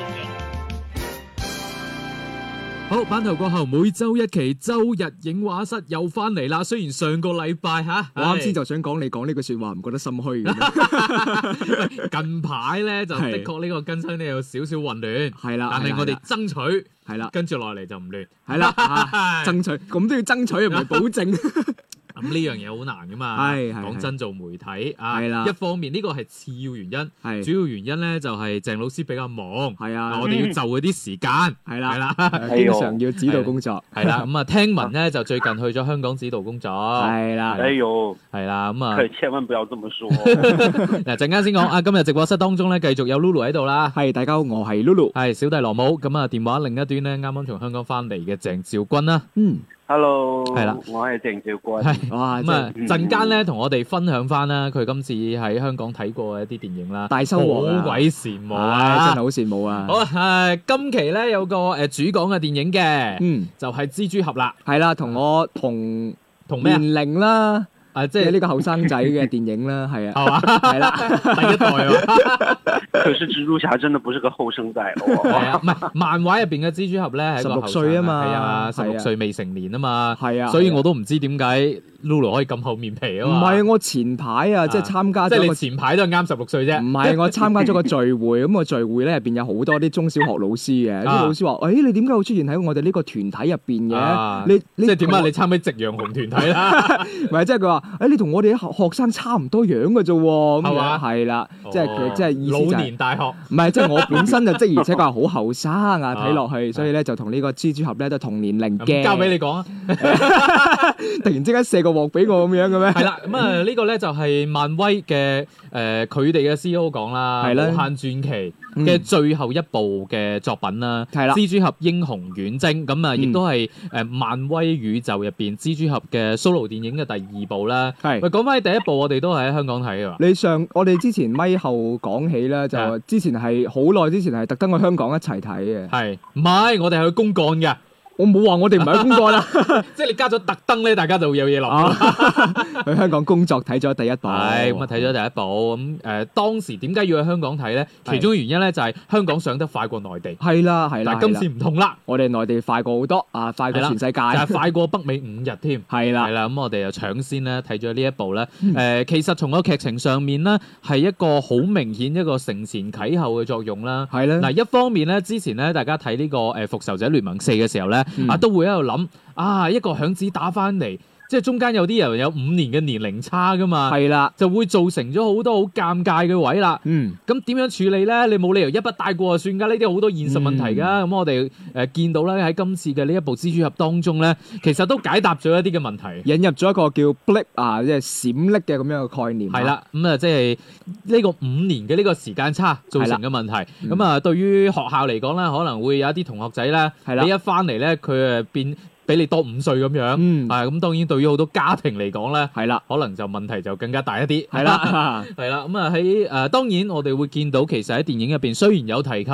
影。好，版頭過後，每周一期周日影畫室又翻嚟啦。雖然上個禮拜吓，我啱先就想講你講呢句説話，唔覺得心虛嘅 咩？喂近排咧就係啊的確呢個更新咧有少少混亂，係啦，但係我哋爭取係啦，跟住落嚟就唔亂。係啦，啊爭取咁都要爭取，唔係保 證。咁呢樣嘢好難噶嘛。係係講係真，做媒體啊，係啦一方面呢個係次要原因，係主要原因咧就係鄭老師比較忙，係啊啊我，哋要就嗰啲時間。係係啦，啦，經常要指導工作，係啦，咁啊，聽聞咧就最近去咗香港指導工作，係啦，哎呦，哦係啦，咁啊，可千万不要这 么说。嗱，陣間先講啊，今日直播室當中咧，繼續有 Lulu 喺度啦。係大家好，我係 Lulu，係小弟羅姆，咁啊電話另一端咧，啱啱從香港翻嚟嘅鄭兆君啦，嗯， Hello，係啦我係鄭兆君。係哇，咁啊真係嗯陣間咧同我哋分享翻啦，佢今次喺香港睇過嘅一啲電影啦，大收穫啊好鬼羨慕唉啊！真係好羨慕啊好，啊，誒今期咧有個誒主講嘅電影嘅，嗯，就係蜘蛛俠啦，係啦，同我同同咩年啊齡啦，啊？即即係係嗯呢個後生仔嘅電影啦，係啊，係嘛？ 係啦，第一代啊啊喎，可是蜘蛛俠真的不是个後生仔係哦。啊，唔係漫畫入邊嘅蜘蛛俠咧係一個16後生歲啊嘛係啊，十係六啊歲未成年啊嘛，係啊，所以係啊我都唔知點解 Lulu 可以咁厚面皮啊唔嘛。係我前排啊，即係參加即係咗你個前排都係啱十六歲啫。 唔係，我參加咗個聚會，咁個聚會咧入邊有好多啲中小學老師嘅，啲啊老師話：，誒、哎你點解會出現喺我哋呢個團體入邊嘅？啊你即你係點啊？同你參加夕陽紅團體啦，唔係，即係佢話：，哎誒、你同我哋啲學學生差唔多樣嘅啫喎，咁係嘛樣係啦， 即係佢哦即係意思就老係、年大學唔係，即係我本身就即而且確係好後生啊， 啊睇落去，所以咧就同呢個蜘蛛俠咧都係同年齡咁嘅。交俾你講啊。 你，突然之間射個鑊俾我咁樣 嘅咩？係啦，咁啊呢個咧就係漫威嘅誒佢哋嘅 CEO 講啦，《係啦 E 無限傳奇》嗯嘅最後一部嘅作品啦，係啦蜘蛛俠英雄遠征》咁啊，亦嗯都係誒漫威宇宙入邊蜘蛛俠嘅 solo 電影嘅第二部啦。係喂，講翻起第一部，我哋都係喺香港睇嘅喎。你上我哋之前咪後講起啦，就啊之前係好耐之前係特登去香港一齊睇嘅。係，唔係我哋係去公幹嘅，我冇話我哋唔係喺公幹啦。 即係你加咗特登咧，大家就會有嘢諗。啊！哦去香港工作睇咗第一部，係咁啊，睇咗第一部咁誒、當時點解要去香港睇咧？係其中原因咧就係香港上得快過內地，係啦係但啦，係今係次啦唔同啦，我哋內地快過好多啊，快過係啦全世界，就係快過北美五日添。係係啦，啦，咁我哋就搶先咧睇咗呢一部咧，誒、嗯其實從個劇情上面咧，係一個好明顯一個承前啟後嘅作用啦。係啦嗱，，一方面咧，之前咧大家睇呢、個誒、復仇者聯盟四》嘅時候咧，嗯啊都會喺度諗啊，一個響指打翻嚟，即係中間有啲人有五年嘅年齡差噶嘛，係啦，就會造成咗好多好尷尬嘅位啦。嗯，咁點樣處理咧？你冇理由一筆帶過就算㗎，呢啲好多現實問題㗎。嗯咁、我哋誒、呃、見到咧喺今次嘅呢一部蜘蛛俠當中咧，其實都解答咗一啲嘅問題。引入咗一個叫 blip 啊，即係閃匿嘅咁樣嘅概念，係，啦，咁啊，即係呢個五年嘅呢個時間差造成嘅問題。嗯咁啊，對於學校嚟講啦，可能會有一啲同學仔咧，係啦你一翻嚟咧，佢誒變比你多五歲咁樣。嗯，啊，咁當然對於好多家庭嚟講咧，係啦，可能就問題就更加大一啲。係 啦，係啦，咁啊喺誒當然我哋會見到，其實喺電影入邊雖然有提及，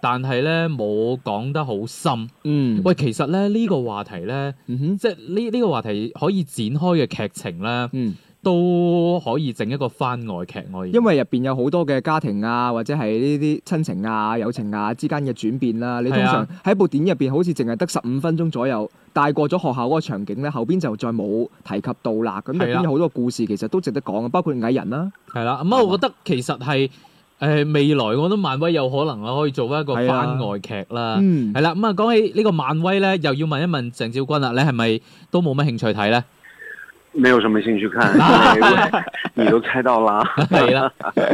但係咧冇講得好深。嗯，喂，其實咧呢、個話題咧，嗯哼，即係呢呢個話題可以展開嘅劇情咧，嗯，都可以整一個番外劇我因認為為入邊有好多嘅家庭啊，或者係呢啲親情啊、友情啊之間嘅轉變啦，你通係啊常喺部電影入邊好似淨係得十五分鐘左右，帶過咗學校嗰個場景咧，後邊就再冇提及到啦。咁入係啊邊有好多故事其實都值得講嘅，包括蟻人啦，係啦。咁啊，我覺得其實係誒、未來我覺得漫威有可能可以做一個係啊番外劇啦。嗯，係啦，咁啊講起呢個漫威咧，又要問一問鄭少君啦，你係咪都冇乜興趣睇咧？没有什么兴趣 看，因为你都猜到啦。係啦，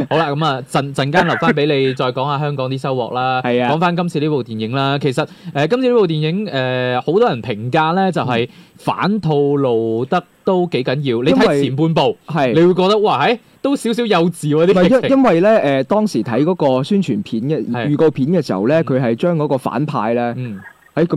好啦，咁啊，陣陣間留翻俾你再講下香港啲收穫啦。 係啊講翻今次呢部電影啦。其實誒、呃今次呢部電影誒，呃好、多人評價咧就係、反套路得都幾緊要。你嗯因為睇前半部，係你。會覺得哇，係都少少幼稚喎唔係啲劇因情。因為咧，誒、當時睇嗰個宣傳片嘅係預告片嘅時候咧，嗯佢係將嗰個反派咧，誒咁、嗯，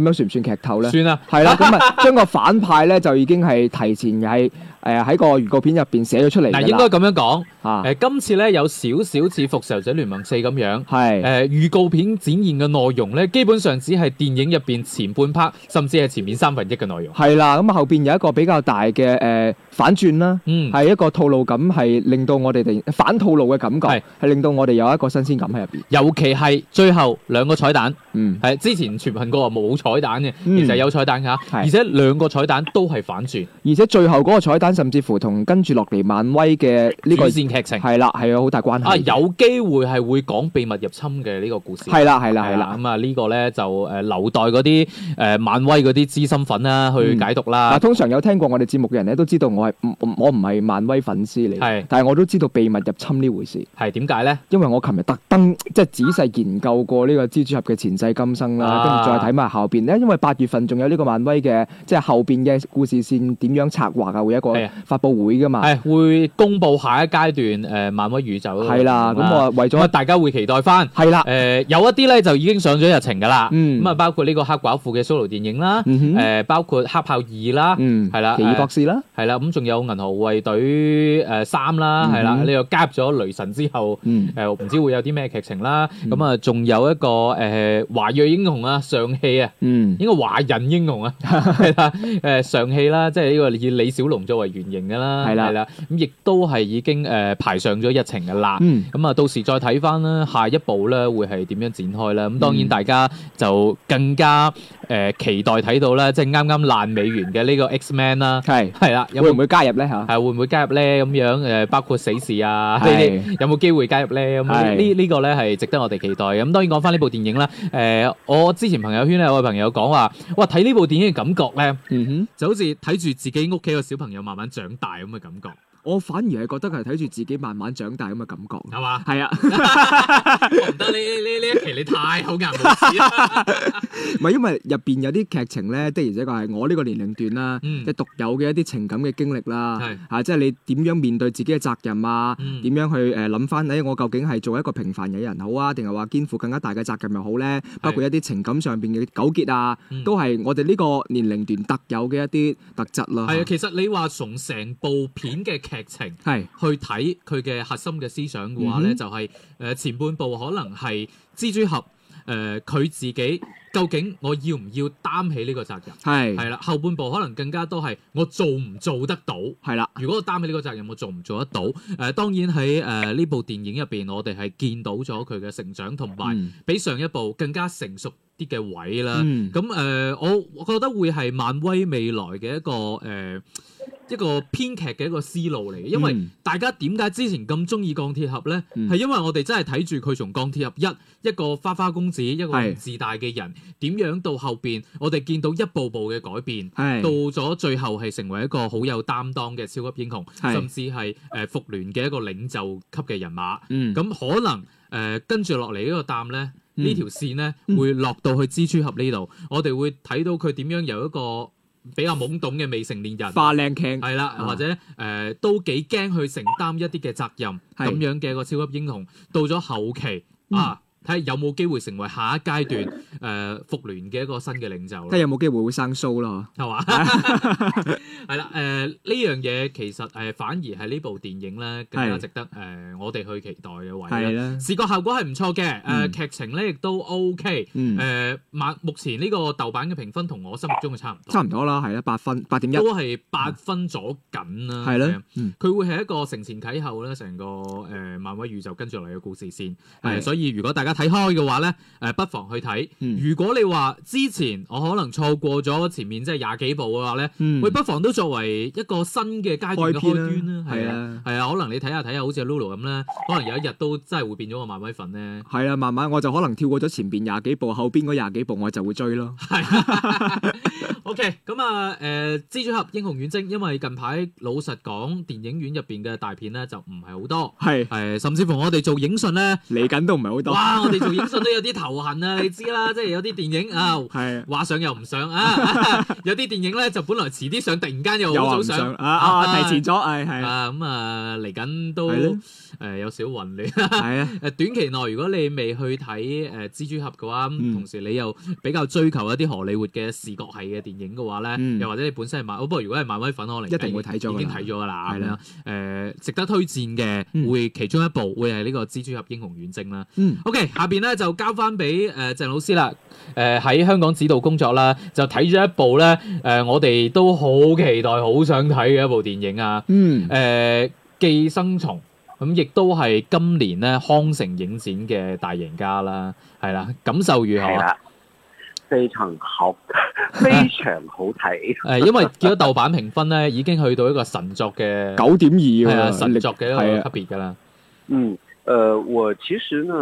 樣算唔算劇透咧？算啦， 係啦，咁啊，將個反派咧就已經係提前係誒、誒喺個預告片入邊寫咗出嚟嗱，㗎啦應該咁樣講，啊誒今次咧有少少似《復仇者聯盟四》咁樣。誒、係預告片展現嘅內容咧，基本上只係電影入邊前半 part，甚至係前面三分一嘅內容。係啦，咁啊後邊有一個比較大嘅誒反轉啦。嗯，係一個套路感，係令到我哋突然反套路嘅感覺係，係令到我哋有一個新鮮感喺入邊。尤其係最後兩個彩蛋，嗯，係之前傳聞過話冇彩蛋嘅，嗯其實有彩蛋㗎，係而且兩個彩蛋都係反轉而且最後嗰個彩蛋，甚至乎同跟住落嚟漫威嘅主呢個線劇情。係啦，係有好大關啊，係。有機會係會講秘密入侵嘅呢個故事。係啦，係啦，係係啦。咁啊呢個咧就誒留待嗰啲誒漫威嗰啲資深粉啦去嗯解讀啦嗱，。通常有聽過我哋節目嘅人咧，都知道我係唔唔我唔係漫威粉絲嚟係嘅，但係我都知道秘密入侵呢回事，係點解咧？因為我琴日特登即係仔細研究過呢個蜘蛛俠嘅前世今生啦，跟啊住再睇埋後邊咧，因為八月份仲有呢個漫威嘅即係後邊嘅故事線點樣策劃啊，會有一個係啊發佈會噶嘛。係會公佈下一階段誒呃漫威宇宙。係啦，咁我為咁啊，咗大家會期待翻。係啦誒、，有一啲咧就已經上咗日程㗎啦，嗯咁啊、包括呢個黑寡婦嘅 solo 電影啦，誒、嗯哼包括黑豹二啦，嗯，係啦奇異博士啦，係啦、咁仲有銀河護衛隊誒三啦，係啦、嗯哼呢個加入咗雷神之後。嗯，誒唔知會有啲咩劇情啦，咁啊仲有一個誒、華裔英雄啊上戲 啊，嗯，應該華人英雄啊，係啦誒上戲啦，即係呢個以李小龍作為原型㗎啦，係啦係啦，咁亦都係已經誒、排上咗日程㗎啦。嗯，咁啊，到時再睇翻啦，下一步咧會係點樣展開啦？咁當然嗯大家就更加誒、呃期待睇到啦，即係啱啱爛美元嘅呢個 X Man 啦，係係啦，有會唔冇啊會加入咧嚇？係會唔會加入咧？咁樣誒，呃包括死侍啊，呢係啲有冇機會加入咧？咁呢係呢呢個咧係值得我哋期待嘅。咁當然講翻呢部電影啦，誒、我之前朋友圈咧有個朋友講話，哇睇呢部電影嘅感覺咧，嗯哼，就好似睇住自己屋企個小朋友慢慢長大咁嘅感覺，我反而係覺得係睇住自己慢慢長大咁嘅感覺。係嘛？係啊， 我唔得呢呢呢一期你太厚顏無恥 啦。唔係因為入邊有啲劇情咧，的而且確係我呢個年齡段啦，嗯即係獨有嘅一啲情感嘅經歷啦，係啊，即係你點樣面對自己嘅責任啊，嗯點樣去誒諗翻，誒我究竟係做一個平凡嘅人好啊，定係話肩負更加大嘅責任又好咧？包括一啲情感上邊嘅糾結啊，嗯都係我哋呢個年齡段特有嘅一啲特質啦。係啊，其實你話從成部片嘅劇情係去睇佢嘅核心嘅思想嘅話咧，嗯哼就係、呃前半部可能係蜘蛛俠誒佢、自己究竟我要唔要擔起呢個責任？係係啦，後半部可能更加多係我做唔做得到。係啦，如果我擔起呢個責任，我做唔做得到？誒、呃當然喺誒呢部電影入邊，我哋係見到咗佢嘅成長同埋嗯比上一部更加成熟啲嘅位啦。嗯咁誒、呃我我覺得會係漫威未來嘅一個誒、呃一個編劇嘅一個思路嚟嘅，因為嗯大家點解之前咁中意鋼鐵俠咧？係、嗯因為我哋真係睇住佢從鋼鐵俠一一個花花公子，一個係咁自大嘅人，點樣到後邊，我哋見到一步步嘅改變。係到咗最後係成為一個好有擔當嘅超級英雄，係甚至係誒復聯嘅一個領袖級嘅人馬。嗯咁可能誒、呃跟住落嚟呢個擔咧，嗯呢條線咧嗯會落到去蜘蛛俠呢度，我哋會睇到佢點樣由一個比較懵懂嘅未成年人。化靚鏡係啦，啊或者誒、呃都幾驚去承擔一啲嘅責任，係嗯咁樣嘅一個超級英雄，到咗後期、啊，睇下有冇機會成為下一階段誒、呃、復聯嘅一個新嘅領袖睇啦下有冇機會會生鬚咯。係 嘛？ 係啦，誒呃呢樣嘢其實誒反而係呢部電影咧更加係值得誒我哋去期待嘅位係啊啦。啦，視覺效果係唔錯嘅，誒嗯劇情咧亦都 OK，嗯，誒漫目前呢個豆瓣嘅評分同我心目中嘅差唔多差，唔多啦，係啦，八分八點一，都係八分咗緊啦。係咁樣啦，嗯佢會係一啊個承前啟後咧，成個誒漫威宇宙跟住落嚟嘅故事線。誒，係所以如果大家睇開嘅話咧，誒不妨去睇。嗯如果你話之前我可能錯過咗前面即係廿幾部嘅話咧，嗯喂，，不妨都作為一個新嘅階段嘅開端啦，開篇啦係啊，係啊，可能你睇下睇下，好似 Lulu 咁咧，可能有一日都真係會變咗個漫威粉咧。係啦，慢慢我就可能跳過咗前邊廿幾步，後邊嗰廿幾步我就會追咯。 OK，咁啊，誒、蜘蛛俠英雄遠征，因為近排老實講，電影院入邊嘅大片咧就唔係好多，係誒、甚至乎我哋做影訊咧，嚟緊都唔係好多，哇，我哋做影訊都有啲頭痕啊， 你知啦，即係有啲電影啊。係啊話上又唔上啊！ 有啲電影咧就本來遲啲上，突然間又又話好早唔上上啊啊，提前咗，係係啊啊咁啊，嚟緊都係誒咯有少混亂。 係啊，誒呃短期內，如果你未呃去睇誒蜘蛛俠嘅話，咁嗯同時你又比較追求一啲荷里活嘅視覺系嘅電電影嘅話咧，嗯又或者你本身係漫，不過如果係漫威粉，可能一定會睇咗㗎啦已經睇咗㗎啦。係咁樣啦誒，值得推薦嘅嗯會其中一部會係呢個《蜘蛛俠英雄遠征》啦。嗯， OK，下邊咧就交翻俾誒鄭老師啦。誒、喺香港指導工作啦，就睇咗一部咧誒、我哋都好期待、好想睇嘅一部電影啊。嗯誒、，寄生蟲》咁亦都係今年咧康城影展嘅大贏家啦，係啦，感受如 何係啊？啦，哎非常 好，非常好睇。誒、因為見到豆瓣評分咧已經去到一個神作嘅，九點係二啊，喎，神作嘅一係個啊級別㗎啦。嗯，呃，我其实呢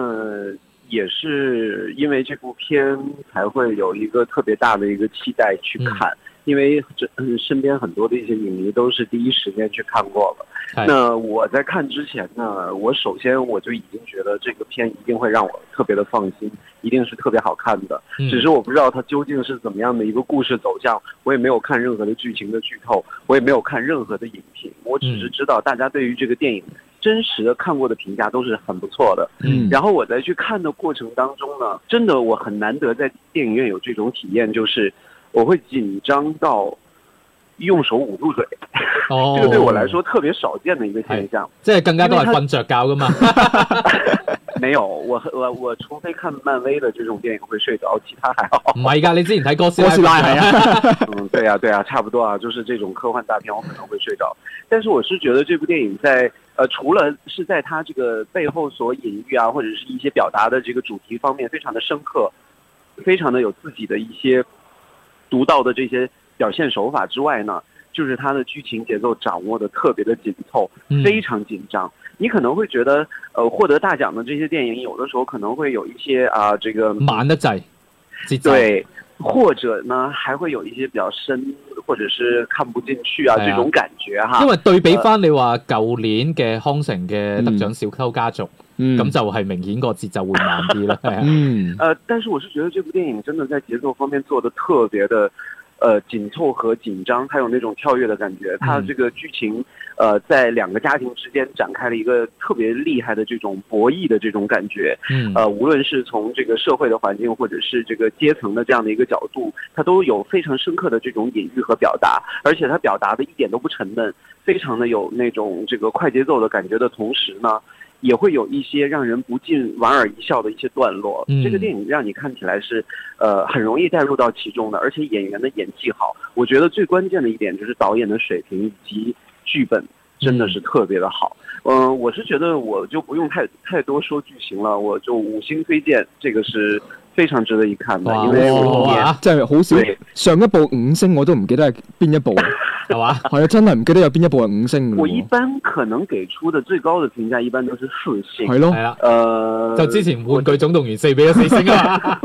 也是因为这部片才会有一个特别大的一个期待去看，因为这嗯身边很多的一些影迷都是第一时间去看过了哎。那我在看之前呢，我首先我就已经觉得这个片一定会让我特别的放心，一定是特别好看的。嗯只是我不知道它究竟是怎么样的一个故事走向，我也没有看任何的剧情的剧透，我也没有看任何的影评，我只嗯是知道大家对于这个电影真实的看过的评价都是很不错的。嗯然后我在去看的过程当中呢，真的我很难得在电影院有这种体验，就是我会紧张到用手捂住嘴，哦哎这个对我来，说特别少见的一个现象。即係更加多係瞓着覺㗎嘛。没有，我我我除非看漫威的这种电影会睡着，其他还好。唔係㗎，你之前睇哥斯哥斯拉係係啊， 嗯，对呀、对呀、差不多啊，就是这种科幻大片，我可能会睡着。但是我是觉得这部电影在呃，除了是在它这个背后所隐喻啊，或者是一些表达的这个主题方面，非常的深刻，非常的有自己的一些独到的这些表现手法之外呢，就是它的剧情节奏掌握的特别的紧凑，嗯非常紧张。你可能会觉得，呃，获得大奖的这些电影，有的时候可能会有一些啊、这个慢得滯，節奏。对，或者呢还会有一些比较深，或者是看不进去啊哎呀这种感觉哈因。為對比翻你話舊年嘅康城嘅得獎小偷家族，嗯咁、就係明顯個節奏會慢啲啦。係啊嗯呃，但是我是觉得这部电影真的在节奏方面做的特别的，呃，紧凑和紧张，它有那种跳跃的感觉。它嗯这个剧情，呃，在两个家庭之间展开了一个特别厉害的这种博弈的这种感觉。嗯，呃，无论是从这个社会的环境，或者是这个阶层的这样的一个角度，它都有非常深刻的这种隐喻和表达，而且它表达的一点都不沉闷，非常的有那种这个快节奏的感觉的同时呢，也会有一些让人不禁莞尔一笑的一些段落。嗯这个电影让你看起来是，呃，很容易带入到其中的，而且演员的演技好，我觉得最关键的一点就是导演的水平以及剧本真的是特别的好。嗯，我是觉得我就不用太太多说剧情了，我就五星推荐，这个是非常值得一看的，哇，因为好好我啊也啊，即係好少对上一部五星我都唔記得係邊一部，啊係嘛？係啊，真係唔記得有邊一部係五嗯星嘅我一喎，般可能给出的最高的评价一般都是四星，係咯係，啦，呃，就之前《玩具總動員四》俾咗四星啊嘛。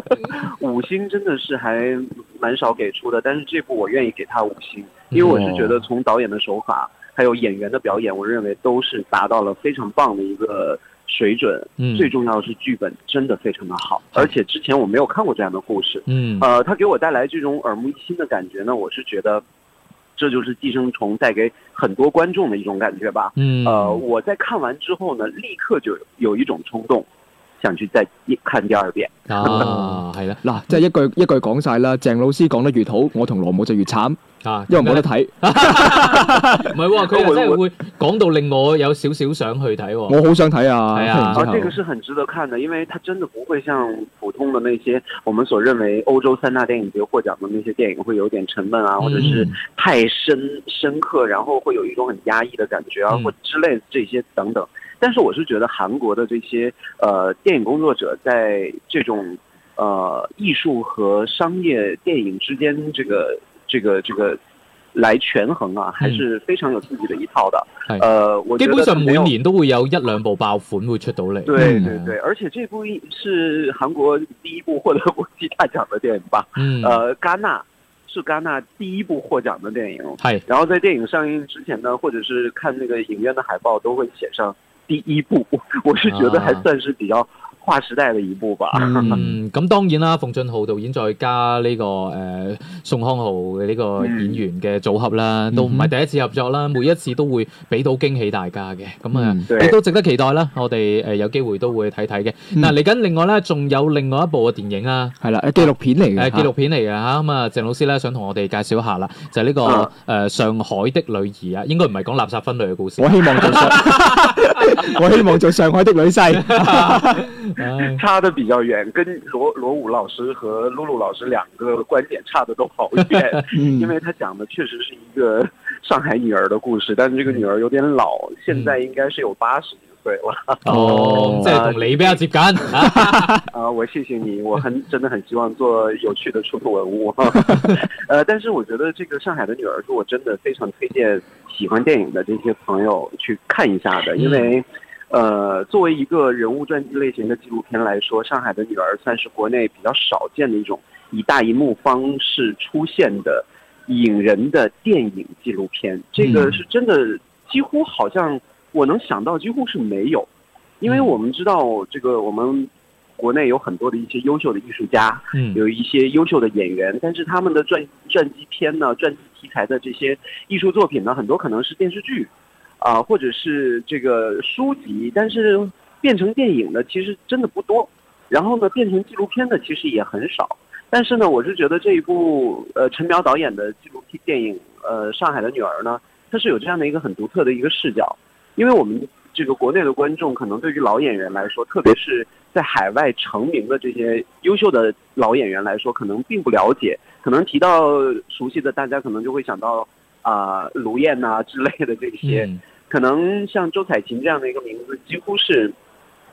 五星真的是还蛮少给出的，但是这部我愿意给他五星，因嗯为我是觉得从导演的手法还有演员的表演，我认为都是达到了非常棒的一个水准。嗯最重要的是剧本真的非常的好，而且之前我没有看过这样的故事。嗯呃，它给我带来这种耳目一新的感觉呢，我是觉得这就是《寄生虫》带给很多观众的一种感觉吧。嗯，呃，我在看完之后呢，立刻就有一种冲动，想去再看第二遍。啊，係啦，嗱，即係一句一句講晒啦，鄭老師講得越好，我同羅姆就越慘，啊，因為冇得睇，唔係喎，佢又真係會講到令我有少少想去睇喎。我好想睇啊，哦係聽啊完啊之，後这个是很值得看的，因为它真的不会像普通的那些我们所认为欧洲三大电影节获奖的那些电影会有点沉闷啊，或者是嗯太深深刻，然后会有一种很压抑的感觉啊，嗯或之类的这些等等。但是我是觉得韩国的这些呃电影工作者在这种呃艺术和商业电影之间这个这个這個来权衡啊，嗯还是非常有自己的一套的。係呃，我基覺得本上他每沒有年都會有一兩部爆款會出到嚟。对嗯对对，而且这部是韩国第一部获得国际大奖的电影吧？嗯，呃，戛纳是戛纳第一部获奖的电影。係然后在电影上映之前呢，或者 是看那个影院的海报，都会写上第一部。我是觉得还算是比较划时代的一部吧。嗯，咁當然啦，馮俊浩導演再加呢、個呃宋康昊嘅呢個嗯演員嘅組合啦，都唔係第一次合作啦，每一次都會俾到驚喜大家嘅，咁啊嗯對亦都值得期待啦。我哋誒有機會都會睇睇嘅。嗱，嚟緊另外咧，仲有另外一部嘅電影啊。係啦，誒紀錄片嚟誒嘅嚇紀錄片嚟嘅嚇，咁啊鄭老師咧想同我哋介紹一下啦，就係呢啊個誒上海的女兒啊，應該唔係講垃圾分類嘅故事我。希望做上，我希望做上海的女婿。唉差的比较远，跟罗罗武老师和露露老师两个观点差的都好 远，因为他讲的确实是一个上海女儿的故事，但是这个女儿有点老，现在应该是有八十几岁了。哦，即係同你比較接 近嚇。啊、我谢谢你，我很真的很希望做有趣的出土文物。 呃，但是我觉得这个《上海的女儿》是我真的非常推荐喜欢电影的这些朋友去看一下的，因为。呃，作为一个人物传记类型的纪录片来说，《上海的女儿》算是国内比较少见的一种以大荧幕方式出现的引人的电影纪录片。这个是真的，几乎好像我能想到，几乎是没有，因为我们知道这个我们国内有很多的一些优秀的艺术家，嗯有一些优秀的演员，但是他们的传传记片呢，传记题材的这些艺术作品呢，很多可能是电视剧啊、或者是这个书籍，但是变成电影的其实真的不多。然后呢，变成纪录片的其实也很少。但是呢，我是觉得这一部呃陈苗导演的纪录片电影呃《上海的女儿》呢，它是有这样的一个很独特的一个视角，因为我们这个国内的观众可能对于老演员来说，特别是在海外成名的这些优秀的老演员来说，可能并不了解，可能提到熟悉的，大家可能就会想到啊、卢燕呐、之类的这些。嗯可能像周采芹这样的一个名字，几乎是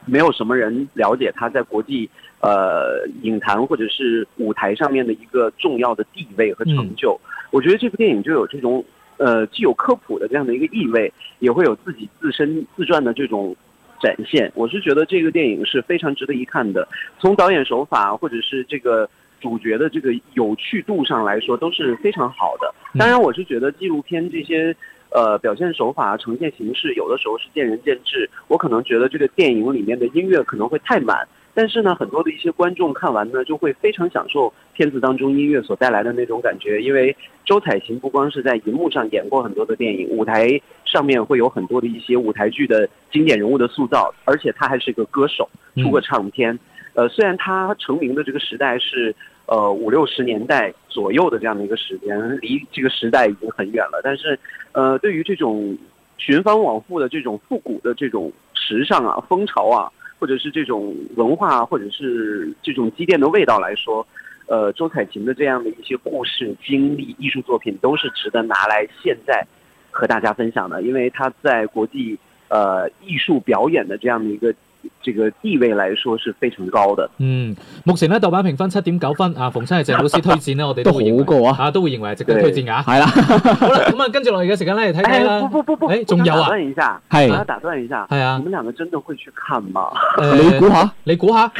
没有什么人了解她在国际呃影坛或者是舞台上面的一个重要的地位和成就。我觉得这部电影就有这种呃既有科普的这样的一个意味，也会有自己自身自传的这种。展现，我是觉得这个电影是非常值得一看的。从导演手法或者是这个主角的这个有趣度上来说，都是非常好的。当然，我是觉得纪录片这些呃表现手法、呈现形式，有的时候是见仁见智。我可能觉得这个电影里面的音乐可能会太满，但是呢，很多的一些观众看完呢，就会非常享受片子当中音乐所带来的那种感觉。因为周采芹不光是在荧幕上演过很多的电影，舞台上面会有很多的一些舞台剧的经典人物的塑造，而且她还是个歌手，出过唱片。呃，虽然他成名的这个时代是呃五六十年代左右的这样的一个时间，离这个时代已经很远了，但是呃，对于这种寻芳往复的这种复古的这种时尚啊、风潮啊，或者是这种文化啊，或者是这种积淀的味道来说。呃，周采芹的这样的一些故事、经历、艺术作品，都是值得拿来现在和大家分享的，因为他在国际呃艺术表演的这样的一个这个地位来说是非常高的。嗯，目前咧豆瓣評分七點九分啊，逢親係鄭老師推薦咧，我哋都會認為都好過啊都會認為係值得推薦㗎。 係啦，好啦，咁啊，跟住落嚟嘅時間咧，睇睇哎，不啦。不不不，哎我仲有啊想打断一下，係我要打断一下，係啊你们两个真的会去看吗？ 誒你估下？你估下，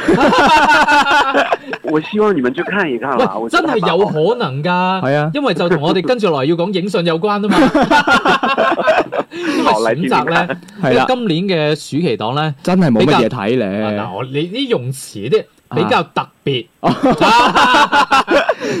我希望你们去看一看啦，我喂，觉真得係还蛮有好可能㗎。係啊因為就同我哋跟住落嚟要講影訊有關啊嘛。因為好嚟選擇邊邊咧，係啦因為今年嘅暑期檔咧。真係冇比較乜嘢睇啊咧嗱，。我你啲用詞啲比啊較特別，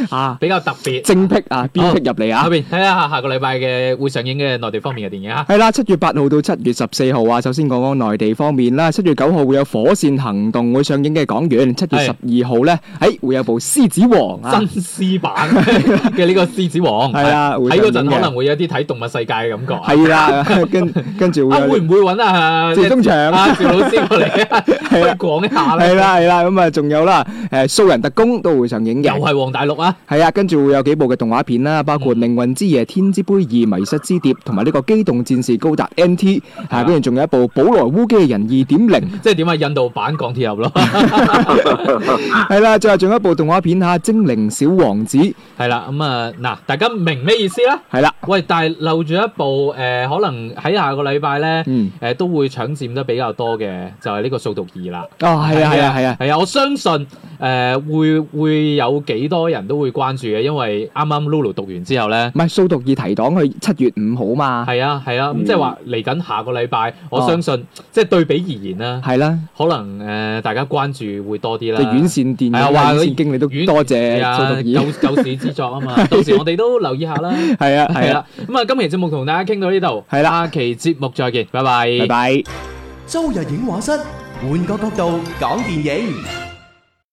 啊，比較特別。精辟啊，邊辟入嚟啊下！邊睇下下個禮拜嘅會上映嘅內地方面嘅電影啊。係啦，七月八號到七月十四號啊，首先講講內地方面啦，七月九號會有《火線行動》會上映嘅港元，七月十二號咧，誒會有部《獅子王》啊真，獅 版嘅呢個獅子王，係啦會睇嗰上陣映嘅可能會有啲睇動物世界嘅感覺啊。係 啦，跟跟住會啊，會有唔會揾啊趙忠祥啊趙老師 過嚟 啊推啊廣一下係咧？啦係啦，咁啊仲有啦，誒《素人特工》都會上映又嘅。係黃大陸啊！係啊，跟住會有幾部嘅動畫片啦，包嗯括《命運之夜》《天之杯二》《迷失之碟》同埋呢個《機動戰士高達 NT》，啊，跟住仲有一部《保羅烏機人二點零》， 即係點啊？印度版港鐵入咯，係啦，最後仲有一部動畫片嚇《精靈小王子》，係啦，咁啊嗱，大家明咩意思啦？係啦，喂，但係漏住一部誒、呃可能喺下個禮拜咧，誒、嗯，都會搶佔得比較多嘅，就係、呢個數讀二啦。哦，係啊，係啊，係啊，係啊，我相信誒、呃、會會有幾多人都會關注嘅，因為啱啱 Lulu 讀完之後咧。唔係數獨二提檔，佢七月五號嘛，係啊，係啊，咁嗯即係話嚟緊下個禮拜，我哦相信即係對比而言啦，係啦，可能誒大家關注會多啲就啦。院線電影係啊院話佢線經理都院多係謝數啊，獨二，救救市之作啊嘛，到時我哋都留意下啦。 係啊，係係啊，啦，咁啊，今期節目同大家傾到呢度，係啦下期節目再見，拜拜拜。拜。周日影畫室，換個角度講電影。